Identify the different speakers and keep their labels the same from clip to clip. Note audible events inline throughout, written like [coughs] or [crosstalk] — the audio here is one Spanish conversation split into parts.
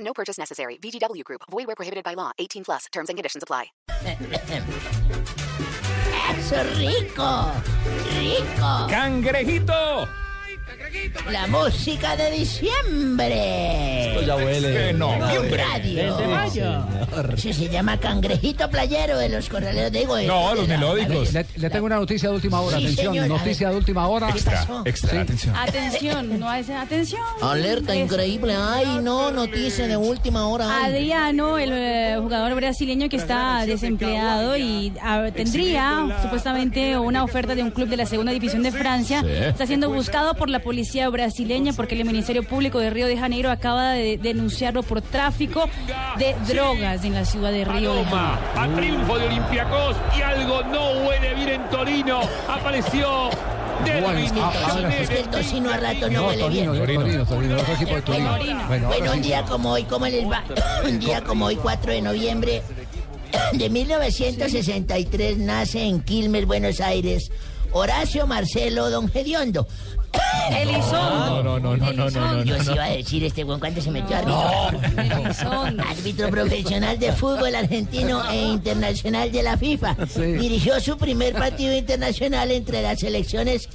Speaker 1: No purchase necessary. VGW Group. Void where prohibited by law. 18 plus. Terms and conditions apply.
Speaker 2: ¡Eso rico! ¡Rico!
Speaker 3: ¡Cangrejito!
Speaker 2: La música de diciembre.
Speaker 4: Ya huele.
Speaker 3: Eh, no, hombre.
Speaker 2: Radio. Sí, se llama Cangrejito Playero de los Corraleros. Digo, de-
Speaker 3: No,
Speaker 2: de
Speaker 3: los
Speaker 2: la-
Speaker 3: melódicos.
Speaker 4: Le, le tengo una noticia de última hora.
Speaker 2: Sí,
Speaker 4: Atención,
Speaker 2: señora.
Speaker 4: noticia de última hora.
Speaker 2: pasó?
Speaker 3: Extra, extra, atención.
Speaker 5: Atención, no es atención.
Speaker 2: Alerta
Speaker 5: Es-
Speaker 2: increíble. Ay, no, noticia de última hora. Ay.
Speaker 5: Adriano, el eh, jugador brasileño que está desempleado y ah, tendría supuestamente una oferta de un club de la segunda división de Francia, está siendo buscado por la policía brasileña porque el Ministerio Público de Río de Janeiro acaba de denunciarlo por tráfico de drogas en la ciudad de Río de Janeiro.
Speaker 6: Paloma, a triunfo de Olympiacos y algo no huele bien en Torino. Apareció Derwin
Speaker 4: Bueno, ah, ahora sí.
Speaker 2: Es que el tocino a rato no
Speaker 4: No,
Speaker 2: huele
Speaker 4: Torino,
Speaker 2: bien.
Speaker 4: Torino, Torino, Torino, otro equipo de Torino. Bueno, ahora
Speaker 2: Bueno, un
Speaker 4: sí.
Speaker 2: día como hoy, ¿cómo les va? Un día como hoy, 4 de noviembre de 1963, nace en Quilmes, Buenos Aires, Horacio Marcelo Don Gediondo.
Speaker 3: No, no,
Speaker 5: Elizondo.
Speaker 3: no, no, no, no, no.
Speaker 2: Yo sí iba a decir este buen cuánto se metió árbitro.
Speaker 5: Elizondo.
Speaker 2: Árbitro profesional de fútbol argentino e internacional de la FIFA.
Speaker 4: Sí.
Speaker 2: Dirigió su primer partido internacional entre las selecciones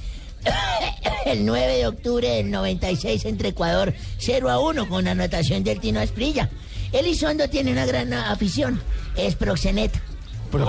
Speaker 2: [coughs] el 9 de octubre del 96 entre Ecuador 0 a 1 con anotación del Tino Asprilla. Elizondo tiene una gran ah, afición, es proxeneta.
Speaker 3: ¿Cómo?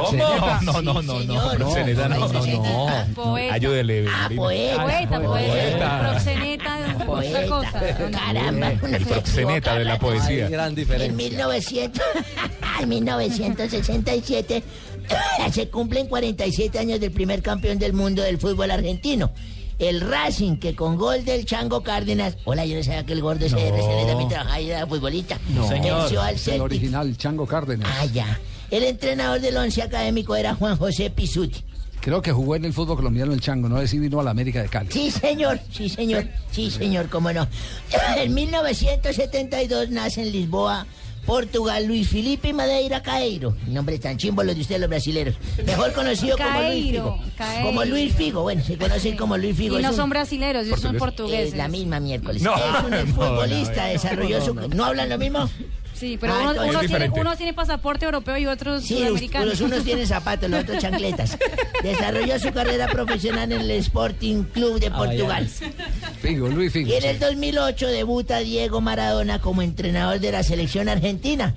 Speaker 3: No, no, no,
Speaker 2: Sí,
Speaker 3: no, no,
Speaker 2: señor.
Speaker 3: proxeneta, no, no, no.
Speaker 2: Ah,
Speaker 5: Poeta.
Speaker 3: Ayúdele,
Speaker 2: Ah,
Speaker 3: Marina.
Speaker 2: poeta.
Speaker 3: Poeta.
Speaker 5: Poeta, poeta, proxeneta, otra cosa.
Speaker 2: Poeta. Caramba, uno
Speaker 3: El
Speaker 2: se
Speaker 3: proxeneta
Speaker 2: equivoca,
Speaker 3: de la
Speaker 2: ¿verdad?
Speaker 3: poesía.
Speaker 4: Gran
Speaker 2: En
Speaker 4: diferencia.
Speaker 2: 1900, [laughs] en 1967 [coughs] se cumplen 47 años del primer campeón del mundo del fútbol argentino. El Racing, que con gol del Chango Cárdenas. Hola, yo no sabía que el gordo ese de RCN también trabajaba y era futbolista. Venció al
Speaker 4: Es el
Speaker 2: Celtic.
Speaker 4: original, Chango
Speaker 2: Ah,
Speaker 4: Cárdenas.
Speaker 2: ya. El entrenador del once académico era Juan José Pisuti.
Speaker 4: Creo que jugó en el fútbol colombiano el Chango, no es si vino a la América de Cali.
Speaker 2: Sí, señor, sí, señor, sí, señor, cómo no. [clears throat] En 1972 nace en Lisboa, Portugal, Luis Felipe Madeira Caeiro. Nombre tan chimbo los de ustedes, los brasileños. Mejor conocido como Luis
Speaker 5: Caeiro,
Speaker 2: Figo.
Speaker 5: Caeiro.
Speaker 2: Como Luis Figo, bueno, se conocen como Luis Figo.
Speaker 5: Y
Speaker 2: Es
Speaker 5: no
Speaker 2: un-
Speaker 5: son brasileros, ellos son
Speaker 2: es
Speaker 5: portugueses.
Speaker 2: la misma miércoles.
Speaker 3: No,
Speaker 2: es un
Speaker 3: no, no,
Speaker 2: futbolista,
Speaker 3: no.
Speaker 2: desarrolló su... ¿No hablan lo mismo?
Speaker 5: Sí, pero
Speaker 2: Ah,
Speaker 5: uno-
Speaker 2: entonces-
Speaker 5: unos,
Speaker 2: Es
Speaker 5: tienen,
Speaker 3: diferente.
Speaker 5: unos tienen pasaporte europeo y otros
Speaker 2: Sí, los,
Speaker 5: sudamericanos.
Speaker 2: los
Speaker 5: [laughs]
Speaker 2: unos tienen zapatos, los otros chancletas. Desarrolló su carrera profesional en el Sporting Club
Speaker 3: Ah,
Speaker 2: de Portugal.
Speaker 4: Figo, Luis Figo.
Speaker 2: Y en el 2008 debuta Diego Maradona como entrenador de la selección argentina.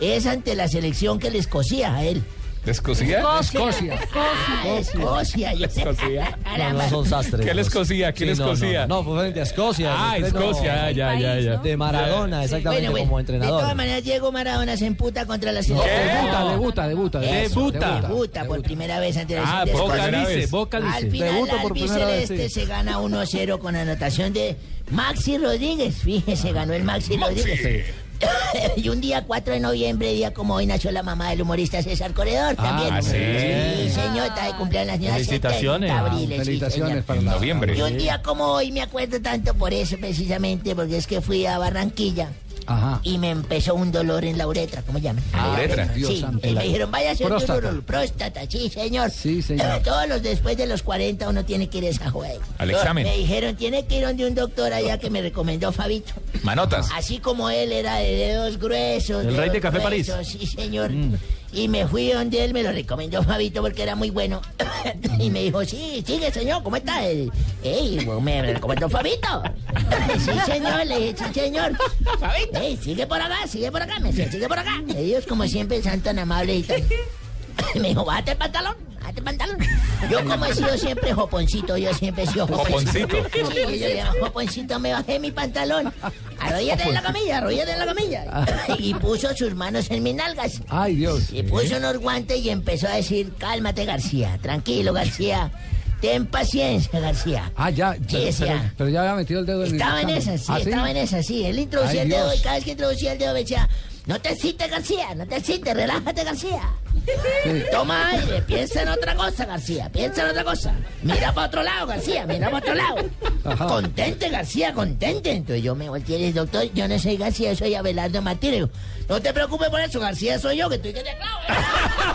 Speaker 2: Es ante la selección que le escocía a él.
Speaker 3: ¿Descosía?
Speaker 4: Escocia.
Speaker 2: Ah, Escocia, yo sé.
Speaker 3: Escocia.
Speaker 2: [laughs] Caramba.
Speaker 4: sastres.
Speaker 3: ¿Qué les cosía? ¿Qué les cosía?
Speaker 4: No, fue frente a Escocia.
Speaker 3: Ah, Escocia, ya, ya, ya.
Speaker 4: De Maradona,
Speaker 2: Bueno, bueno, De todas maneras, Diego Maradona se emputa contra la selección.
Speaker 4: Debuta, debuta, debuta.
Speaker 2: Eso,
Speaker 3: Debuta.
Speaker 2: Debuta por primera vez ante la
Speaker 3: Ah,
Speaker 2: selección de
Speaker 3: Boca
Speaker 2: Escocia.
Speaker 3: dice, Boca
Speaker 2: Al
Speaker 3: dice.
Speaker 2: final,
Speaker 4: Debuta por primera vez,
Speaker 2: albiceleste
Speaker 4: sí.
Speaker 2: se gana 1-0 con anotación de Maxi Rodríguez. Fíjese, ganó el Maxi Rodríguez. [coughs] y un día 4 de noviembre, día como hoy, nació la mamá del humorista César Corredor también.
Speaker 3: Ah, sí.
Speaker 2: señor, está de cumpleaños la señora
Speaker 6: Felicitaciones.
Speaker 2: 70 abriles, sí,
Speaker 4: Ah, Felicitaciones
Speaker 2: señor.
Speaker 4: para
Speaker 3: En
Speaker 4: la-
Speaker 3: noviembre.
Speaker 2: Y un día como hoy me acuerdo tanto por eso precisamente, porque es que fui a Barranquilla
Speaker 4: Ajá.
Speaker 2: y me empezó un dolor en la uretra, ¿cómo llaman?
Speaker 3: Ah, uretra.
Speaker 2: Sí,
Speaker 4: Dios santo.
Speaker 2: y me dijeron, vaya a ser
Speaker 4: Próstata.
Speaker 2: próstata. próstata, sí, señor. Eh,
Speaker 4: Sí, señor.
Speaker 2: Todos los después de los 40 uno tiene que ir a esa juega.
Speaker 3: Al examen.
Speaker 2: Me dijeron, tiene que ir donde un doctor allá que me recomendó Fabito.
Speaker 3: Manotas.
Speaker 2: Así como él era de dedos gruesos.
Speaker 6: El rey de
Speaker 2: dedos
Speaker 6: Café París. Mm.
Speaker 2: gruesos, Sí, señor. Y me fui donde él, me lo recomendó Fabito porque era muy bueno.
Speaker 6: Mm.
Speaker 2: y me dijo, sí, sigue, señor, ¿cómo está? Él, Ey, me recomendó
Speaker 6: [laughs]
Speaker 2: Fabito. sí, señor, le dije, sí, señor. Fabito. Ey, sigue por acá, sigue por acá, me decía, sigue por acá. Ellos, como siempre, son tan amables y tan... [laughs] Y me dijo, bájate el pantalón, bájate el pantalón. Yo como he sido siempre joponcito, yo siempre he sido joponcito.
Speaker 3: Joponcito.
Speaker 2: Sí, yo le dije, joponcito, me bajé mi pantalón. Arrodíllate en la camilla, arrodíllate en la camilla. Y puso sus manos en mis nalgas.
Speaker 4: Ay, Dios.
Speaker 2: Y puso unos guantes y empezó a decir, cálmate García, tranquilo García. Ten paciencia, García.
Speaker 4: Ah, ya.
Speaker 2: Sí,
Speaker 4: pero,
Speaker 2: sí,
Speaker 4: pero-
Speaker 2: ah.
Speaker 4: pero ya había metido el dedo en el
Speaker 2: Estaba en
Speaker 4: chango.
Speaker 2: esa, sí,
Speaker 4: ¿Ah,
Speaker 2: estaba en esa, sí. Él introducía
Speaker 4: Ay,
Speaker 2: el dedo
Speaker 4: Dios.
Speaker 2: y cada vez que introducía el dedo me decía, no te excites, García, no te excites, relájate, García. Toma aire, piensa en otra cosa, García, piensa en otra cosa. Mira para otro lado, García, mira para otro lado.
Speaker 4: Ajá.
Speaker 2: Contente, García, contente. Entonces yo me volteé y le dije, doctor, yo no soy García, soy Abelardo Martínez. No te preocupes por eso, García, soy yo que estoy que te clavo. ¿eh?".